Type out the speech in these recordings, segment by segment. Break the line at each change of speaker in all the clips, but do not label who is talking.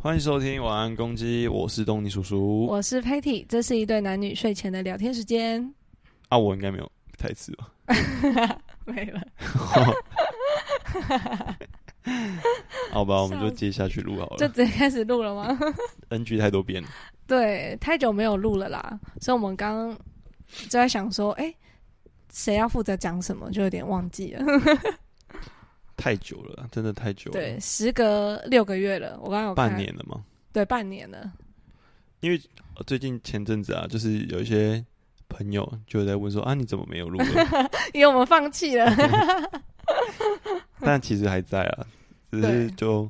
欢迎收听晚安公鸡，我是东尼叔叔。
我是 Patty，这是一对男女睡前的聊天时间。
啊，我应该没有台词 吧？
没了，
好吧，我们
笑
就
死
接下去录好
就
了。
直接开始录 了吗？
NG 太多遍了，
对，太久没有录了啦，所以我们刚刚就在想说，哎、谁要负责讲什么，就有点忘记了。
太久了，真的太久了。
对，，时隔六个月了，我刚刚有看
半，年了嘛。
对，半年了。
因为呃最近前阵子啊，就是有一些朋友就有在问说啊，你怎么没有录 了？
因为我们放弃了，
但其实还在啊，只是
对
就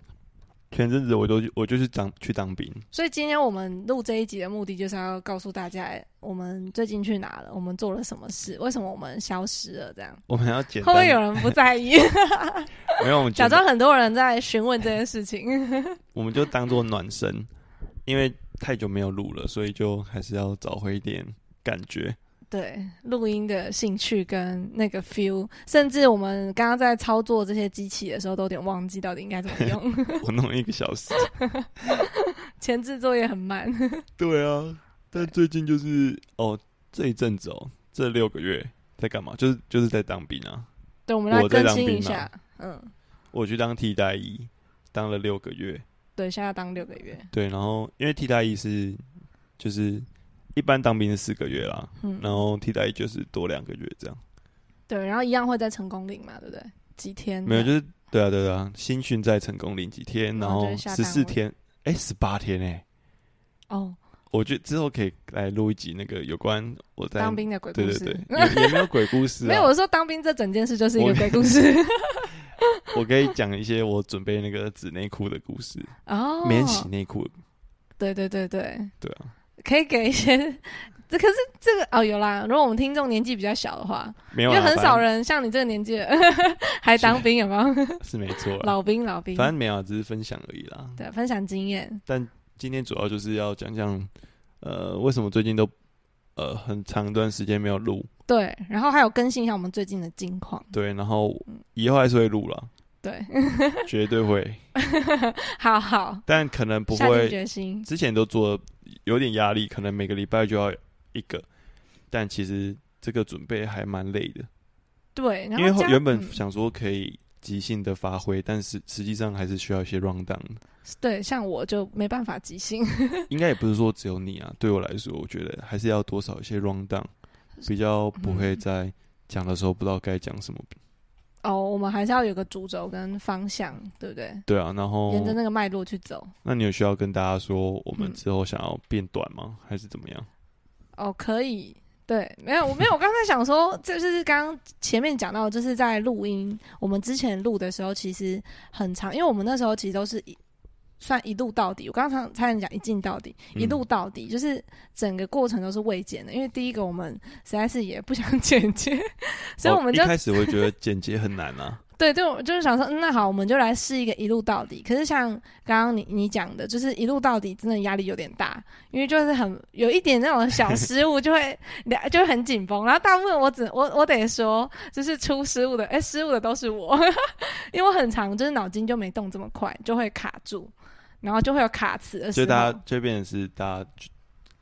前阵子我都我就是当去当兵，
所以今天我们录这一集的目的就是要告诉大家，哎我们最近去哪了，我们做了什么事，为什么我们消失了，这样
我们要简
会不
单，
会有人不 在意？
没有我们
假
简单
装很多人在询问这件事情。
我们就当做暖身，因为太久没有录了，所以就还是要找回一点感觉。
对录音的兴趣跟那个 feel，甚至我们刚刚在操作这些机器的时候，都有点忘记到底应该怎么 用，
我弄一个小时，
前置作业很慢。
对啊，但最近就是哦，这一阵子哦，这六个月在干嘛？就是就是在当兵啊，
对，我们来
我在
更
当
新
兵
一
嘛
下。嗯，
我去当替代役，当了六个月。
对，现在当六个月。
对，然后因为替代役是就是一般当兵是四个月啦，
嗯，
然后替代役就是多两个月这样。
对，然后一样会在成功岭嘛，对不对？几天？
没有，就是对啊，对啊，新训在成功领几天，然
然后
后
哦就是下
十
单
四
位
天，哎，十八天哎、
哦，
我觉得之后可以来录一集那个有关我在
当兵的鬼故
对对
事。
对， 也也没有鬼故事、啊，
没有，我说当兵这整件事就是一
我
个鬼故事。
我可以讲一些我准备那个纸内裤的故事，
哦，
免洗内裤，
对对对对，
对啊，
可以给一些。这可是这个哦，有啦。如果我们听众年纪比较小的话，
没有
因
啦，
为很少
反
人像你这个年纪 了还当兵，有没有？
正是没错啦，
老兵，老兵，
反正没有啊，只是分享而已啦。
对，分享经验。
今天主要就是要讲讲，呃，为什么最近都呃很长一段时间没有录，
对，然后还有更新一下我们最近的近况。
对，然后以后还是会录啦，
对， 嗯
绝对会，
好好，
但可能不
下定
会，
决心。
之前都做有点压力，可能每个礼拜就要一个，但其实这个准备还蛮累的。
对，然
因为
后
后
加
原本
嗯
想说可以即兴的发挥，但是实际上还是需要一些 round down。
对，像我就没办法即兴，
应该也不是说只有你啊，对我来说，我觉得还是要多少一些 round down，比较不
嗯
会在讲的时候不知道该讲什么。
哦，我们还是要有个主轴跟方向，对不对？
对啊，然后
沿着那个脉络去走。
那你有需要跟大家说我们
嗯
之后想要变短吗？还是怎么样？
哦，可以。对，没有，我没有。我刚才想说，这就是刚刚前面讲到，就是在录音，我们之前录的时候其实很长，因为我们那时候其实都是一算一路到底。我刚刚差点讲一进到底，
嗯
一路到底，就是整个过程都是未剪的。因为第一个我们实在是也不想 剪接，所以我们就
哦、一开始我会觉得剪接很难 啊，
对，就就是想说，嗯，那好，我们就来试一个一路到底。可是像刚刚你你讲的，就是一路到底，真的压力有点大，因为就是很有一点那种小失误就会两就会很紧绷。然后大部分我只我我得说，就是出失误的，哎，失误的都是我， 因为我很长就是脑筋就没动这么快，就会卡住，然后就会有卡词的时
就
候。
大家就变成是大家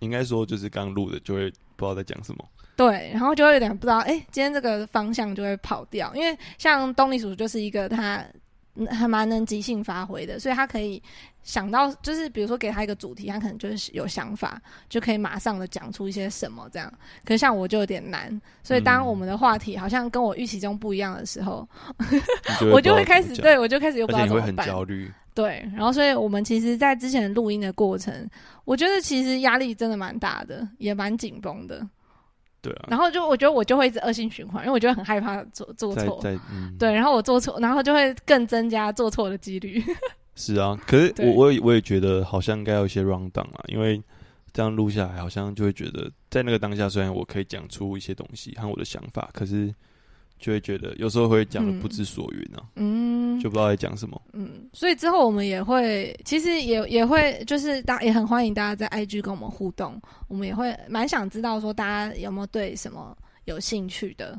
应该说就是刚录的就会不知道在讲什么。
对，然后就会有点不知道，哎，今天这个方向就会跑掉，因为像东尼叔就是一个他嗯还蛮能即兴发挥的，所以他可以想到，就是比如说给他一个主题，他可能就是有想法，就可以马上的讲出一些什么这样。可是像我就有点难，所以当
嗯
我们的话题好像跟我预期中不一样的时候，
你就会
我
不知道
就
怎么
会开始，
讲，
对我就开始又不
而且
知道
你
怎
会
么
很
办。
焦虑。
对，然后所以我们其实，在之前录音的过程，我觉得其实压力真的蛮大的，也蛮紧绷的。
对啊，
然后就我觉得我就会一直恶性循环，因为我就会很害怕做做
在
错，
在嗯，
对，然后我做错，然后就会更增加做错的 几率。
是啊。可是
对
我我也我也觉得好像应该有一些 round down 啦，因为这样录下来，好像就会觉得在那个当下，虽然我可以讲出一些东西和我的想法，可是就会觉得有时候会讲的
嗯
不知所云啊，
嗯，
就不知道在讲什么。
嗯，所以之后我们也会，其实也也会，就是大也很欢迎大家在 IG 跟我们互动，我们也会蛮想知道说大家有没有对什么有兴趣的。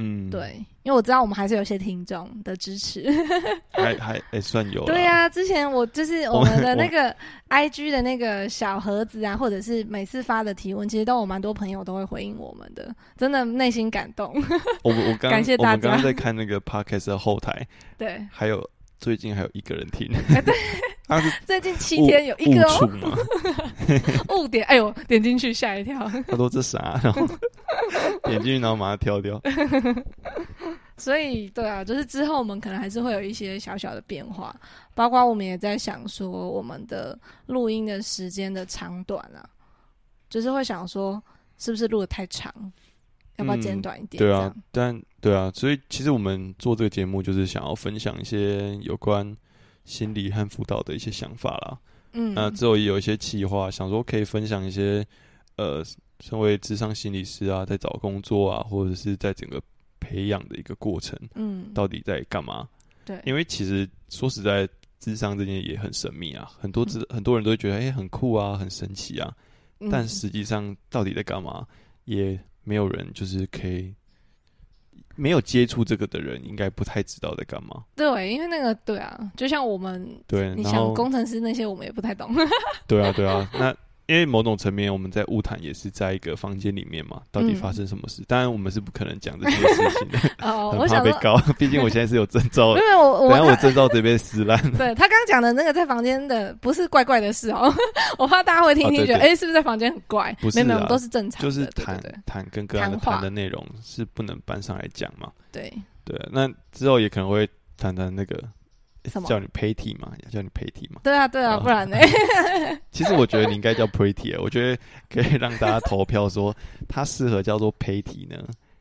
嗯，，
对，因为我知道我们还是有一些听众的支持。
还还哎算有啦，
对啊呀、之前我就是
我
我
们
们的
我
那个 I G 的那个小盒子啊，或者是每次发的提问，其实都有蛮多朋友都会回应我们的，真的内心感动。
我们我刚
感谢
我们
大家
刚刚在看那个 podcast 的后台，
对，
还有最近还有一个人听，
对，
他是
最近七
误
天有一
误
个
触
哦，
嘛，
误点，哎呦，点进去吓一跳。
他说这啥，然后 点进去，然后马上跳掉。
所以，对啊，就是之后我们可能还是会有一些小小的变化，包括我们也在想说我们的录音的时间的长短啊，就是会想说是不是录的太长，要不要
嗯
剪短一点、
对
这
啊
样，
但对啊，所以其实我们做这个节目就是想要分享一些有关心理和辅导的一些想法啦。
嗯，
那之后也有一些企划，想说可以分享一些呃，身为智商心理师啊，在找工作啊，或者是在整个培养的一个过程，
嗯，
到底在干嘛？
对，
因为其实说实在，智商这件也很神秘啊，很多智、很多人都会觉得哎、诶很酷啊，很神奇啊，
嗯
但实际上到底在干嘛，也没有人就是可以没有接触这个的人，应该不太知道在干嘛。
对，因为那个对啊，就像我们，
对，
你
然
想
后
工程师那些我们也不太懂，
对啊，对啊，那。因为某种层面，我们在物谈也是在一个房间里面嘛，
嗯
到底发生什么事？当然，我们是不可能讲这些事 情的，
哦，
很怕
我想
被
说，
告。毕竟我现在是有证照
没
的，
有没有，
等下
我我
我证照直接被撕烂。
对他刚刚讲的那个在房间的不是怪怪的事哦， 我怕大家会听
啊
听
对
觉得，
对
哎、是不是在房间很怪？
不是
没有没有，
啊
我们都是正常的，
就是
对
谈
对对
谈跟个案的
谈话
谈的内容是不能搬上来讲嘛？
对
对啊，那之后也可能会谈谈那个
什么
叫你 Patty 嘛，叫你 Patty 嘛。
对啊对啊，
啊
不然呢？
其实我觉得你应该叫 Pretty，欸我觉得可以让大家投票说它适合叫做 Patty 呢，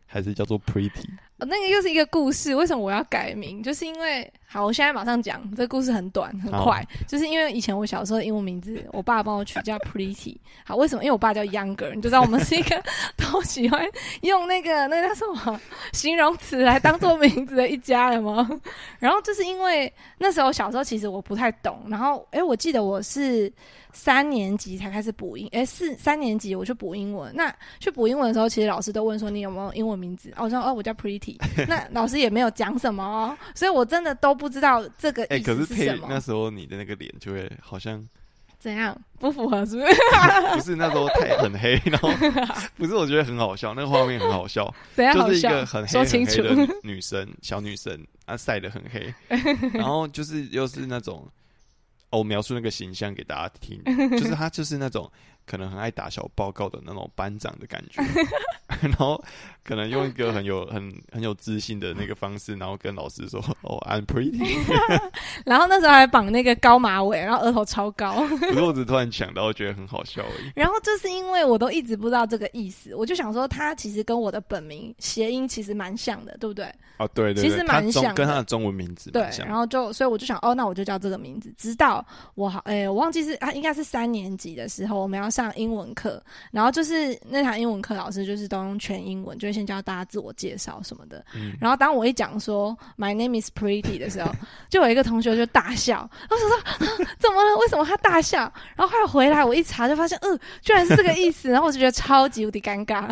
还是叫做 Pretty？
那个又是一个故事，为什么我要改名？就是因为好，我现在马上讲，这个故事很短很
好
快，就是因为以前我小时候的英文名字，我爸帮我取叫 Pretty。好，为什么？因为我爸叫 Younger，你就知道我们是一个都喜欢用那个那个叫什么形容词来当做名字的一家人吗？然后就是因为那时候小时候其实我不太懂，然后诶，我记得我是三年级才开始补英，诶，四三年级我去补英文。那去补英文的时候，其实老师都问说你有没有英文名字，哦，我说哦我叫 Pretty，那老师也没有讲什么哦，所以我真的都不知道这个
哎、
意
可
思
是
什
Patty
么，
那时候你的那个脸就会好像
怎样不符合是不 是？
不是那时候太很黑，然 后不是我觉得很好笑，那个画面很好笑，
怎样好
就是一
笑？
个很黑
说
很
清
黑
楚，
的女女生， 小女生，啊，晒得很黑，然后就是又是那种，哦，我描述那个形象给大家听，就是她就是那种可能很爱打小报告的那种班长的感觉， 然后可能用一个很有很很有自信的那个方式，然后跟老师说，哦，I'm pretty，
然后那时候还绑那个高马尾，然后额头超高。
可是我只突然想到，我觉得很好笑而已。
然后就是因为我都一直不知道这个意思，我就想说，它其实跟我的本名谐音其实蛮像的，对不对？
哦，对对
其
对，
实
她
蛮
中
像
跟
的
她的中文名字
对
蛮，像
然后就所以我就想，哦，那我就叫这个名字。直到我好，诶、我忘记是啊，应该是三年级的时候，我们要上英文课，然后就是那堂英文课老师就是都用全英文，就会先教大家自我介绍什么的。
嗯
然后当我一讲说 “My name is Pretty” 的时候，就有一个同学就大笑，然后我想说、啊、怎么了？为什么他大笑？然后后来回来我一查，就发现，嗯，居然是这个意思。然后我就觉得超级无敌尴尬，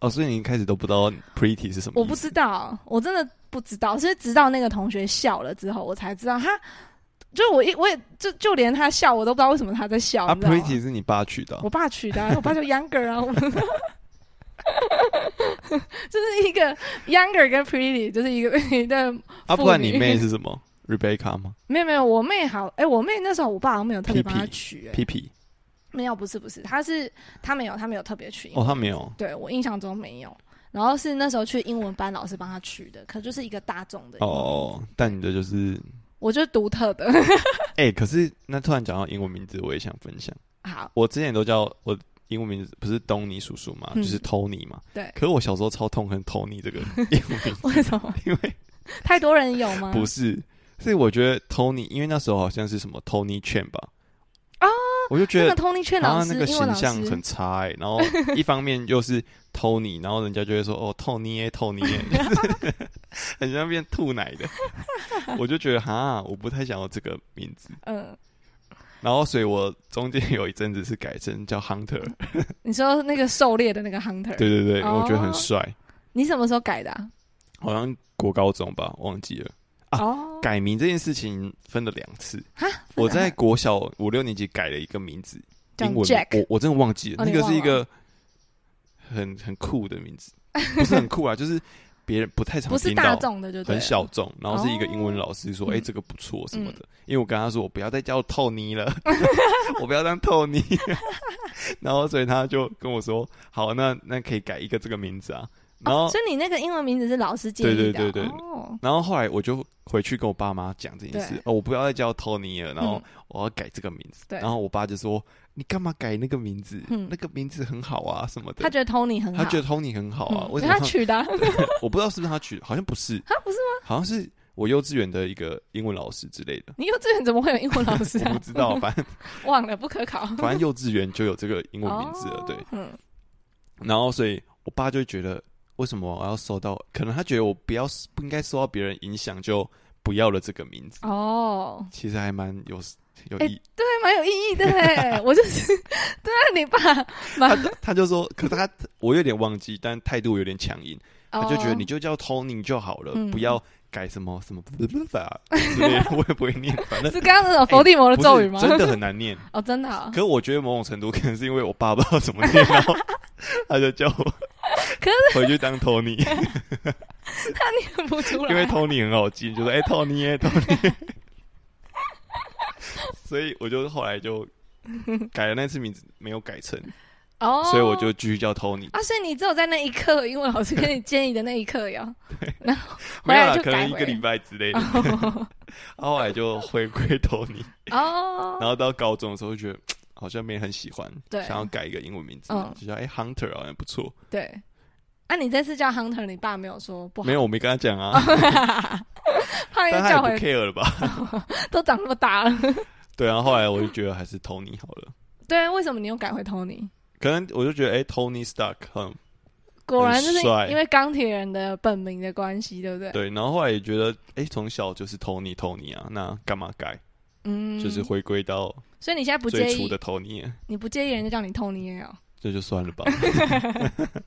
哦，所以你一开始都不知道 pretty 是什么意思，
我不知道，我真的不知道，是直到那个同学笑了之后，我才知道他。就我一我也就就连他笑，我都不知道为什么他在笑。
啊
你知道吗
，pretty 是你爸取的啊、
我爸取的啊、我爸叫 Younger 啊，我 就是一个 Younger 跟 Pretty，就是一个一个
啊，
妇
不然你
女
妹是什么？Rebecca 吗
没有没有，我妹好，哎、我妹那时候我爸好像没有特别帮她
PP
取、哎，
？P P
没有，不是不是，她是她没有，她没有特别取英
哦，
文，
她没有。
对我印象中没有。然后是那时候去英文班，老师帮她取的，可就是一个大众的英文
哦，但你的就是，
我就独特的。
哎、可是那突然讲到英文名字，我也想分享。
好，
我之前都叫我英文名字不是东尼叔叔嘛，
嗯
就是 Tony 嘛。
对，
可是我小时候超痛恨 Tony 这 个英文名字，
为什么
因为
太多人有吗？
不是，是我觉得 Tony，因为那时候好像是什么 Tony Chen 吧。
啊，
我就觉
那
得
个 Tony 劝
然
老
后
师，
那个
英文
形
老师
象很差、欸，然后一方面又是 Tony，然后人家就会说哦 Tony 耶 Tony 耶，就是欸 很像变吐奶的，我就觉得哈，我不太想要这个名字，
嗯，
然后所以我中间有一阵子是改成叫 Hunter，
你说那个狩猎的那个 Hunter，
对对对，
哦
我觉得很帅。
你什么时候改的、啊？
好像国高中吧，忘记了。啊
哦，
改名这件事情分了两次，
哈，
我在国小五六年级改了一个名字，
叫
英文
Jack
我我真的忘记了，
哦
那
你
个是一
忘了
个很很酷的名字，不是很酷啊，就是别人不太常
不是
听
大
到，
众的就对
很
了
小众。然后是一个
哦
英文老师说：“
嗯
哎、这个不错什么的。因为我跟他说：“我不要再叫透尼 了，我不要当透尼。” 然后所以他就跟我说：“好，那那可以改一个这个名字啊。”然后、
哦，所以你那个英文名字是老师建
对
议的，
对对对
哦，
然后后来我就回去跟我爸妈讲这件事
对，
哦，我不要再叫托尼了，然后
嗯
我要改这个名字。
对
然后我爸就说：“你干嘛改那个名字？
嗯
那个名字很好啊，什么的。
他觉得 Tony 很好，
他觉得托尼很好啊，
嗯
为什
因
么
他取 的啊，
他我不知道是不是他取的，好像不是，
他不是吗？
好像是我幼稚园的一个英文老师之类的，
你幼稚园怎么会有英文老师
我不
啊？
知道，反正
忘了，不可考。
反正幼稚园就有这个英文名字了，
哦
对。，
嗯，
然后所以我爸就觉得，为什么我要受到？可能他觉得我不要不应该受到别人影响，就不要了这个名字。
哦，
其实还蛮有有
哎
意
对，蛮有意义的 欸，我就是，对啊，你爸
他
蛮，
就他就
嗯
说，可是他我有点忘记，但态度有点强硬，他就觉得你就叫 Tony 就好了，
哦嗯
不要改什么 什么之类的，我也不会念，反
哦
正
是刚刚那种伏地魔的
不
咒语
是
吗？
真的很难念。
哦，真的啊
可，是我觉得某种程度可能是因为我爸不知道怎么念，然 后他就叫我，
可
回去当 Tony，
念 不出来，
因为 Tony 很好记，就说哎、Tony 哎、Tony，所以我就后来就改了那次名字，没有改成，
哦，
所以我就继续叫 Tony。
啊，所以你只有在那一刻，因为老师 跟你建议的那一刻哟， 然后回
没有
来
啦，
就
可
改
能一
回
个礼拜之类的，
哦
然后后来就回归投你，然
哦，
后到高中的时候就觉得好像没人很喜欢，
对
想要改一个英文名字，
嗯
就叫哎、Hunter 好像不错，
对。啊，你这次叫 Hunter，你爸没有说不好，
没有我没跟他讲啊，
怕
但
又
他
哦叫
也
回
不 care 了吧？
都长那么大了。
对，啊然后后来我就觉得还是 Tony 好了，
对，啊为什么你又改回 Tony？
可能我就觉得哎、Tony Stark，嗯，
果然就是
很帅
因为钢铁人的本名的关系，对不对？
对，然后后来也觉得哎从、小就是 Tony Tony 啊，那干嘛改？
嗯，
就是回归到
所以你现在不介
最初
意
的，Tony，啊
你不介意人家叫你 Tony 也有
这就算了 吧，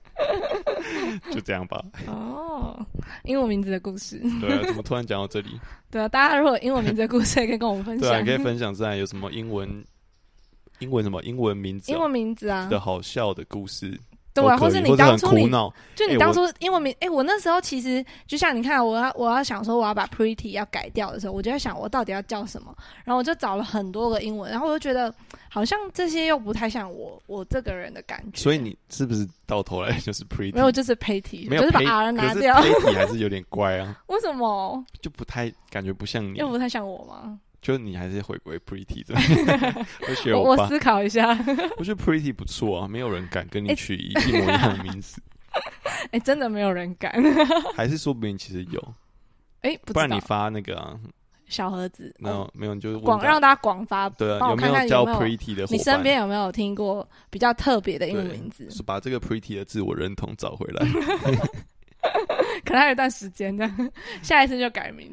就这样吧。
哦，英文名字的故事。
对啊，怎么突然讲到这里？
对啊，大家如果有英文名字的故事，也可以跟我们分
对啊，
享
你可以分享在有什么英文、英文什么英文名字
英
哦、
文名字啊，
的好笑的故事，
对
都可
啊，
以或
是你当
很
初你
苦恼，
就你
欸
当
我
初英文名，哎、我那时候其实就像你看，啊我要我要想说我要把 pretty 要改掉的时候，我就在想我到底要叫什么，然后我就找了很多个英文，然后我就觉得好像这些又不太像我我这个人的感觉，
所以你是不是到头来就是 pretty？
没有就是 pretty，
没
就是把
pretty-
R 拿
可是
掉，
pretty 还是有点怪啊，
为什么
就不太感觉不像你
又，不太像我吗？
就你还是回归 pretty 这 边。我学
我
我
我
爸，
思考一下，
我觉得 pretty 不错啊，没有人敢跟你
欸
取一一模一样的名字，
哎、真的没有人敢，
还是说不定其实有，
哎、
不
不知
然你
道
发那个啊，
小盒子，
然
哦
后没有你就
广
问他
让。大家广发，
对啊，
帮
有
我
没
看看
叫
有没有
pretty 的伙伴？
你身边有没有听过比较特别的英文
对
名字？
是把这个 pretty 的自我认同找回来。
可能还有一段时间的，下一次就改名。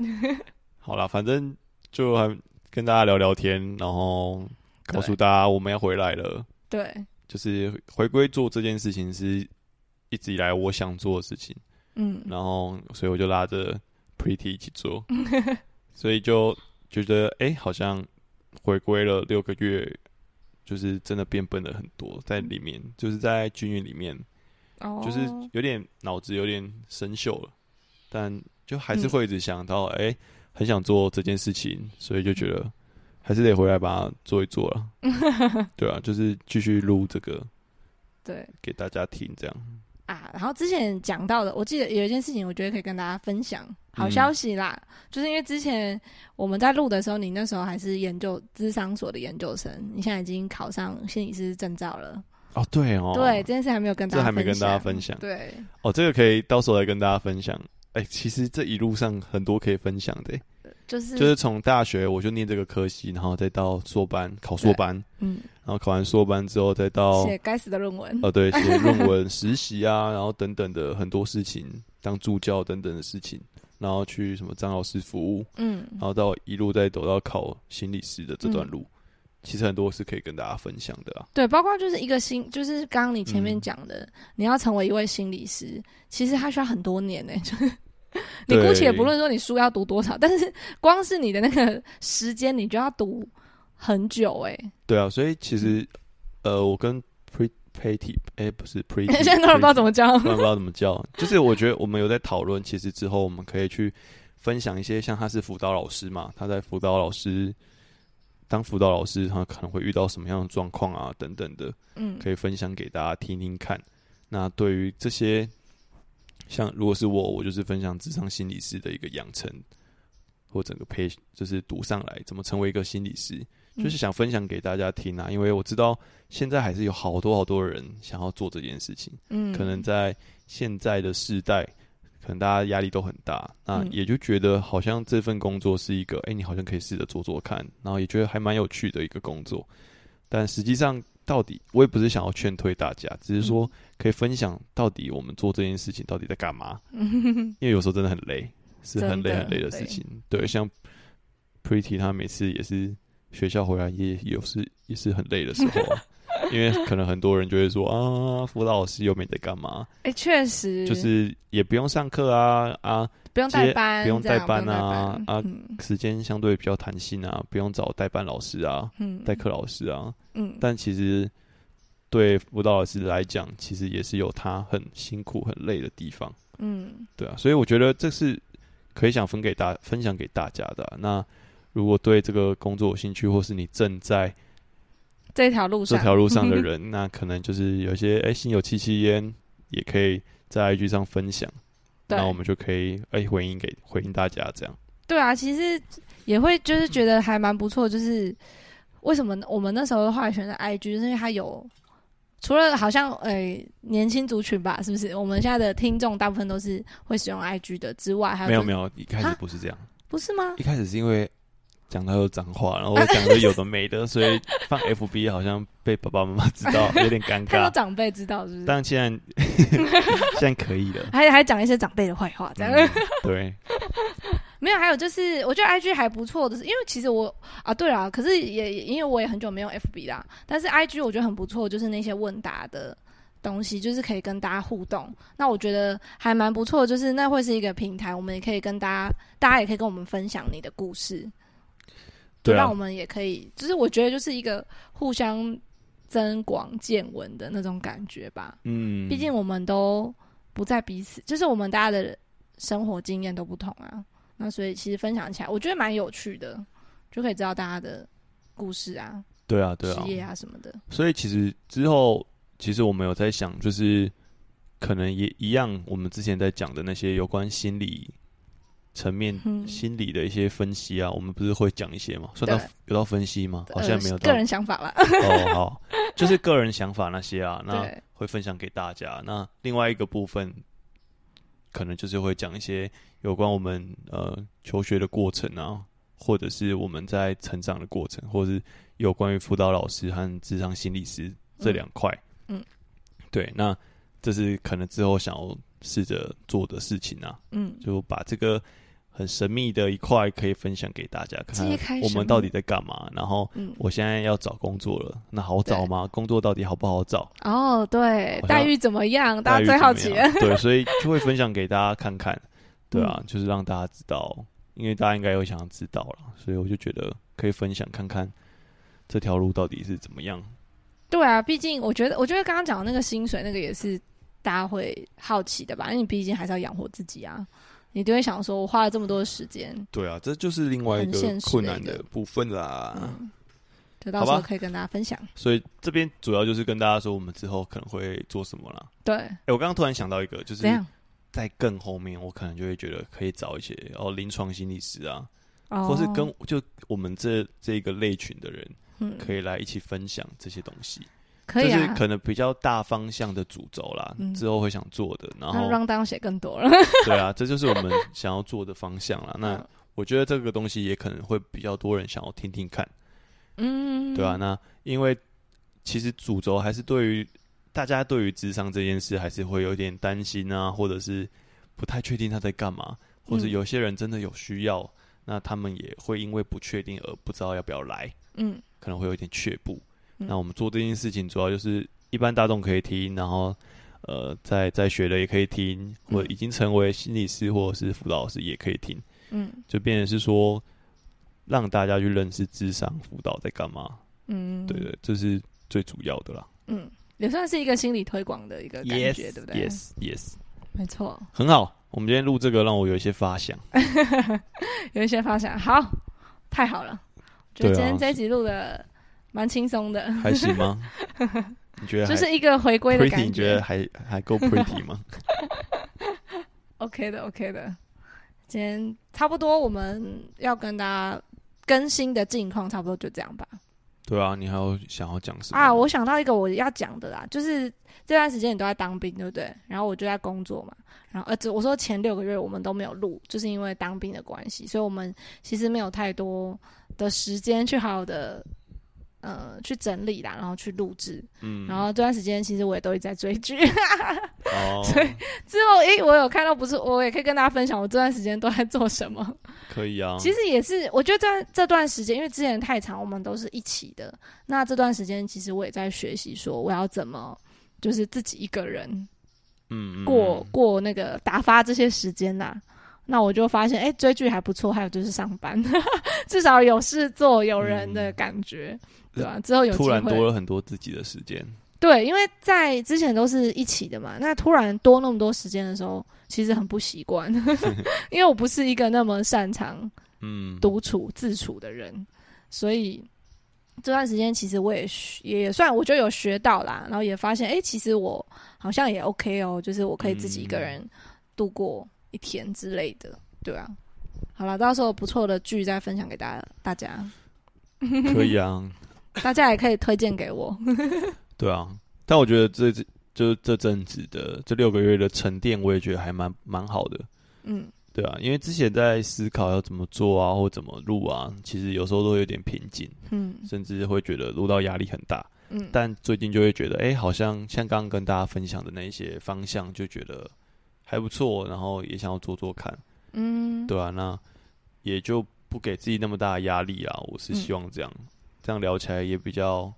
好啦，反正就还跟大家聊聊天，然后告诉大家我们要回来了。
对，
就是回归做这件事情是一直以来我想做的事情，
嗯，
然后所以我就拉着 Pretty 一起做，所以就觉得哎、诶好像回归了六个月，就是真的变笨了很多，在里面就是在军营里面，
哦，
就是有点脑子有点生锈了，但就还
嗯
是会一直想到，哎、很想做这件事情，所以就觉
嗯
得还是得回来把它做一做了。对啊，就是继续录这个
对
给大家听，这样。
啊。然后之前讲到的，我记得有一件事情，我觉得可以跟大家分享
嗯
好消息啦，就是因为之前我们在录的时候，你那时候还是研究智商所的研究生，你现在已经考上心理师证照了。
哦，对哦，
对，这件事还没有跟大家
这还没跟大家
分
分享
对，
哦，这个可以到时候来跟大家分享。哎、其实这一路上很多可以分享的、
就是
就是从大学我就念这个科系，然后再到硕班考硕班，
嗯，
然后考完硕班之后再到
写该死的论文。
呃，对，写论文、实习啊，然后等等的很多事情，当助教等等的事情，然后去什么张老师服务，
嗯，
然后到一路再走到考心理师的这段路，其实很多是可以跟大家分享的啊。
对，包括就是一个心，就是刚刚你前面
嗯
讲的，你要成为一位心理师，其实他需要很多年呢、就是你姑且
对
不论说你书要读多少，但是光是你的那个时间，你就要读很久哎、
对啊，所以其
嗯
实呃，我跟 pre pretty 哎、不 是 pretty，
现在都不知道怎么教。
突然不知道怎么叫，就是我觉得我们有在讨论，其实之后我们可以去分享一些，像他是辅导老师嘛，他在辅导老师当辅导老师，他可能会遇到什么样的状况啊，等等的，
嗯，
可以分享给大家听听看。那对于这些，像如果是我，我就是分享智商心理师的一个养成，或整个培，就是读上来怎么成为一个心理师，
嗯
就是想分享给大家听啊，因为我知道现在还是有好多好多人想要做这件事情。
嗯，
可能在现在的世代，可能大家压力都很大，那
嗯
也就觉得好像这份工作是一个，哎、你好像可以试着做做看，然后也觉得还蛮有趣的一个工作。但实际上，到底我也不是想要劝退大家，只是
嗯
说可以分享到底我们做这件事情到底在干嘛，
嗯
因为有时候真的很累，是很累
真的
很累的
对
事情。对，像 Pretty 他每次也是学校回来也有时也是很累的时候啊、因为可能很多人就会说啊，辅导老师又没在干嘛，
哎，确实
就是也不用上课啊啊，
不用
接
代班，
不用
这样
代班啊
不用代班
啊
嗯
时间相对比较弹性啊，不用找代班老师啊、
嗯，
代课老师啊。
嗯，
但其实对辅导老师来讲，其实也是有他很辛苦、很累的地方，
嗯
对啊。所以我觉得这是可以想分给大分享给大家的啊、那如果对这个工作有兴趣，或是你正在
这条路
这
上，
条路上的人，
嗯
那可能就是有一些哎心有戚戚焉，也可以在 IG 上分享。
对
那我们就可以哎、回应给回应大家这样。
对啊，其实也会就是觉得还蛮不错，就是为什么我们那时候后来选择 IG，就是因为它有除了好像诶、年轻族群吧，是不是？我们现在的听众大部分都是会使用 IG 的之外，还有
没有
就是
没有，一开始
啊
不是这样，
不是吗？
一开始是因为讲到有脏话，然后我讲的有的没的，所以放 FB 好像被爸爸妈妈知道，有点尴
太多
尬。
长辈知道是不是？
啊但现在 现在可以 了，
还还讲一些长辈的坏话，这样、
嗯 对，
没有。还有就是，我觉得 IG 还不错的是，因为其实我啊，对啦，可是也也因为我也很久没用 FB 啦，但是 IG 我觉得很不错，就是那些问答的东西，就是可以跟大家互动。那我觉得还蛮不错，就是那会是一个平台，我们也可以跟大家，大家也可以跟我们分享你的故事，就
对
让
啊
我，们也可以，就是我觉得就是一个互相增广见闻的那种感觉吧。
嗯，
毕竟我们都不在彼此，就是我们大家的生活经验都不同啊，那所以其实分享起来，我觉得蛮有趣的，就可以知道大家的故事啊、
对啊，对
职
啊，
业啊什么的。
所以其实之后，其实我们有在想，就是可能也一样，我们之前在讲的那些有关心理层面、
嗯
心理的一些分析啊，我们不是会讲一些嘛？算到
对
有到分析吗？好像没有
呃、
到
个。人想法啦，
哦，好，就是个人想法那些啊，那
对，
会分享给大家。那另外一个部分，可能就是会讲一些有关我们呃求学的过程啊，或者是我们在成长的过程，或者是有关于辅导老师和智商心理师这两块。
嗯，
对，那这是可能之后想要试着做的事情啊，
嗯，
就把这个。很神秘的一块可以分享给大家，看
揭
看
开
我
神秘
们到底在干嘛，然后
嗯，
我现在要找工作了，那好找吗？工作到底好不好找？
哦，对
好，像
待遇怎么样？
待
大家
遇
最好
怎
奇
么
了。
样对，所以就会分享给大家看 看，对
嗯
啊，就是让大家知道，因为大家应该有想要知道了，所以我就觉得可以分享看看这条路到底是怎么样。
对啊，毕竟我觉得，我觉得刚刚讲的那个薪水，那个也是大家会好奇的吧，因为你毕竟还是要养活自己啊，你就会想说，我花了这么多时间，
对啊，这就是另外一
很现
个
实的
困难
一个
的部分啦。
嗯，就到
啊
时
好
候
吧
可以跟大家分享。
所以这边主要就是跟大家说，我们之后可能会做什么啦。
对，
哎、我刚刚突然想到一个，就是
怎样？
在更后面，我可能就会觉得可以找一些哦，临床心理师啊，
哦
或是跟就我们这这个类群的人，
嗯
可以来一起分享这些东西，
可
这
以
是
啊，
可能比较大方向的主轴啦，
嗯
之后会想做的，然
那
后
让大家写更多了。
对啊，这就是我 们想要做的方向啦。
嗯
那我觉得这个东西也可能会比较多人想要听听看，
嗯，
对啊，那因为其实主轴还是对于大家对于智商这件事还是会有点担心啊，或者是不太确定他在干嘛，或者
嗯
有些人真的有需要，那他们也会因为不确定而不知道要不要来。
嗯，
可能会有一点却步。
嗯
那我们做这件事情，主要就是一般大众可以听，然后呃在在学的也可以听，或者已经成为心理师或者是辅导老师也可以听，
嗯
就变成是说让大家去认识智商辅导在干嘛。
嗯，
对对，这是最主要的啦。
嗯，也算是一个心理推广的一个感觉对不对
Yes, yes，
没错，
很好。我们今天录这个，让我有一些发 想。
有一些发现，好，太好了，觉
对啊
得今天这一集录的蛮轻松的，
还行吗？你觉得还
就是一个回归的
pretty？
感
你觉得啊还还够 pretty 吗？
OK 的，OK 的。今天差不多，我们要跟大家更新的近况差不多就这样吧。
对啊，你还有想要讲什么
啊，我想到一个我要讲的啦，就是这段时间你都在当兵，对不对？然后我就在工作嘛，然后呃，只我说前六个月我们都没有录，就是因为当兵的关系，所以我们其实没有太多的时间去好好的呃去整理啦，然后去录制。
嗯，
然后这段时间其实我也都一直在追剧，
哦，
之后诶、我有看到不是，我也可以跟大家分享我这段时间都在做什么。
可以啊。
其实也是，我觉得在这段时间，因为之前太长，我们都是一起的。那这段时间，其实我也在学习，说我要怎么就是自己一个人
嗯，嗯
过、过那个打发这些时间呐、那我就发现，哎、追剧还不错，还有就是上班， 至少有事做，有人的感觉，对吧、之后有
嗯
机
突然多
会，
了很多自己的时间。
对，因为在之前都是一起的嘛，那突然多那么多时间的时候，其实很不习惯， 因为我不是一个那么擅长
嗯，
独处自处的人，所以这段时间其实我也学也算，我觉得有学到啦，然后也发现，哎、其实我好像也 OK 哦，就是我可以自己一个人度过一天之类的，对啊。好了，到时候有不错的剧再分享给大家，大家
可以啊，
大家也可以推荐给我。
对啊。但我觉得这这就是这阵子的这六个月的沉淀，我也觉得还蛮蛮好的。
嗯
对啊，因为之前在思考要怎么做啊，或怎么录啊，其实有时候都会有点瓶颈，
嗯
甚至会觉得录到压力很大。
嗯，
但最近就会觉得，哎、好像像刚刚跟大家分享的那一些方向，就觉得还不错，然后也想要做做看，
嗯，
对啊，那也就不给自己那么大的压力啊。我是
嗯
希望这样，这样聊起来也比较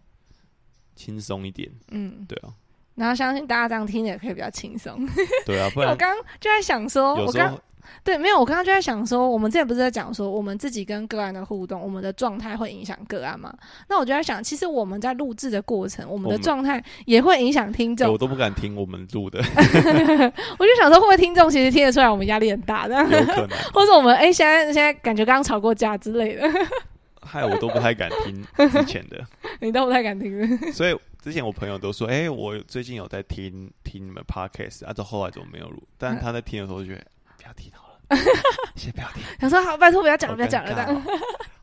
轻松一点，
嗯，
对啊，
然后相信大家这样听也可以比较轻松。
对啊，不
因为我
然
刚刚就在想说，
有
我
时
刚
候哎
对，没有，我刚刚就在想说，我们之前不是在讲说，我们自己跟个案的互动，我们的状态会影响个案嘛？那我就在想，其实我们在录制的过程，我们
我
的
们
状态也会影响听
哎
众。
我都不敢听我们录的，
我就想说，会不会听众其实听得出来我们压力很大的，
有可能，
或者我们哎、现在现在感觉刚刚吵过架之类的，
害我都不太敢听之前的。
你都不太敢听 是不是
所以之前我朋友都说，哎、我最近有在听听你们 podcast，啊，到后来怎么没有录？但他在听的时候就觉得，不要听好了， 先不要听，
想说好，拜托不要讲
好
了，不要讲了，
尴
这
尬
样。
哦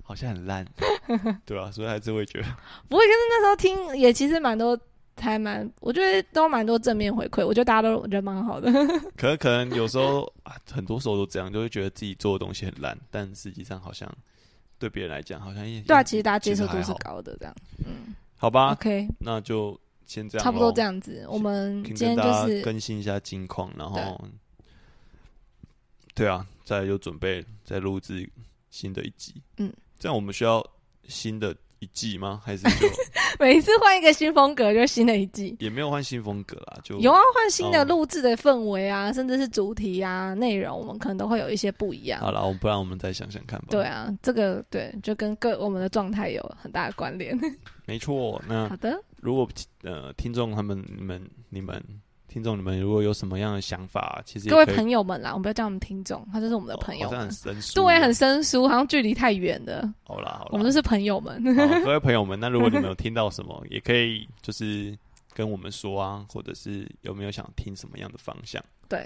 好像很烂，对啊，所以还是会觉得，
不会，可是那时候听也其实蛮多，还蛮，我觉得都蛮多正面回馈，我觉得大家都我觉得蛮好的。
可能可能有时候啊，很多时候都这样，就会觉得自己做的东西很烂，但实际上好像对别人来讲好像也
对啊，其实大家接
其实
受度
还
是
好
高的，这样。嗯
好吧，
，OK，
那就先这样，
差不多这。样子。我们今
先
天
跟大
就
家
是
更新一下近况，然后对啊，再来就准备再录制新的一集。
嗯，
这样我们需要新的一季吗？还是就
每一次换一个新风格，就是新的一季。
也没有换新风格啦？就
有啊，换新的
哦
录制的氛围啊，甚至是主题啊、内容，我们可能都会有一些不一样。
好了，我不然我们再想想看吧。
对，啊，这个对，就跟各我们的状态有很大的关联。
没错。那
好的，
如果呃，听众他们你们你们听众你们如果有什么样的想法，其实也
各位
可以
朋友们啦，我们不要叫我们听众，他就是我们的
哦
朋友
好像
们
很。生疏。
对，很生疏，好像距离太远了。
好啦好啦，
我们就是朋友们。
好，各位朋友们，那如果你们有听到什么，也可以就是跟我们说啊，或者是有没有想听什么样的方向？
对，
对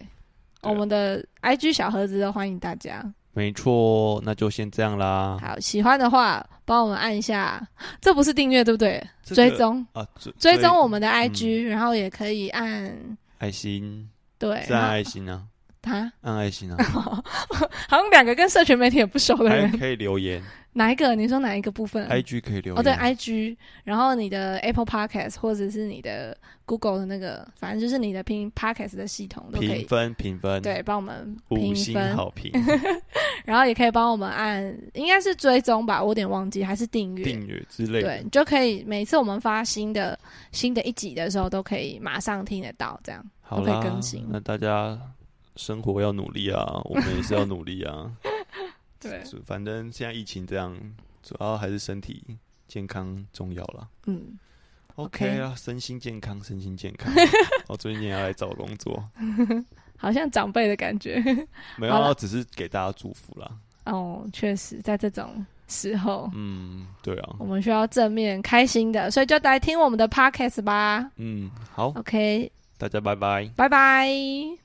啊
我们的 IG 小盒子都欢迎大家。
没错，那就先这样啦。
好，喜欢的话帮我们按一下，这不是订阅对不对？
这个
追踪。
啊，追
追
嗯
踪我们的 IG，、然后也可以按
爱心，
对，
赞
然后
爱心啊，
他
按爱心啊，
好像两个跟社群媒体也不熟的
还
人，
可以留言
哪一个？你说哪一个部分？
，IG 可以留言。
哦，对，IG，然后你的 Apple Podcast 或者是你的 Google 的那个，反正就是你的拼 Podcast 的系统都可
评
以，
分评分，
对，，帮我们
五
评
星
分，
好 评，
然后也可以帮我们按，应该是追踪吧，我有点忘记，还是订阅。
订阅之类
对，
的
你。就可以每次我们发新的新的一集的时候，都可以马上听得到，这样。
好
可以
啦
更新，
那大家生活要努力啊，我们也是要努力 啊。
对，
是反正现在疫情这样，主要还是身体健康重要啦。
嗯，OK
OK 啊，身心健康，身心健 康。我最近也要来找工作，
好像长辈的感觉。
没
好
有，啊
啦
只是给大家祝福啦。
哦，确实，在这种时候，
嗯，对啊
我，们需要正面开心的，所以就来听我们的 podcast 吧。
嗯，好，
OK，
大家拜拜。
拜拜。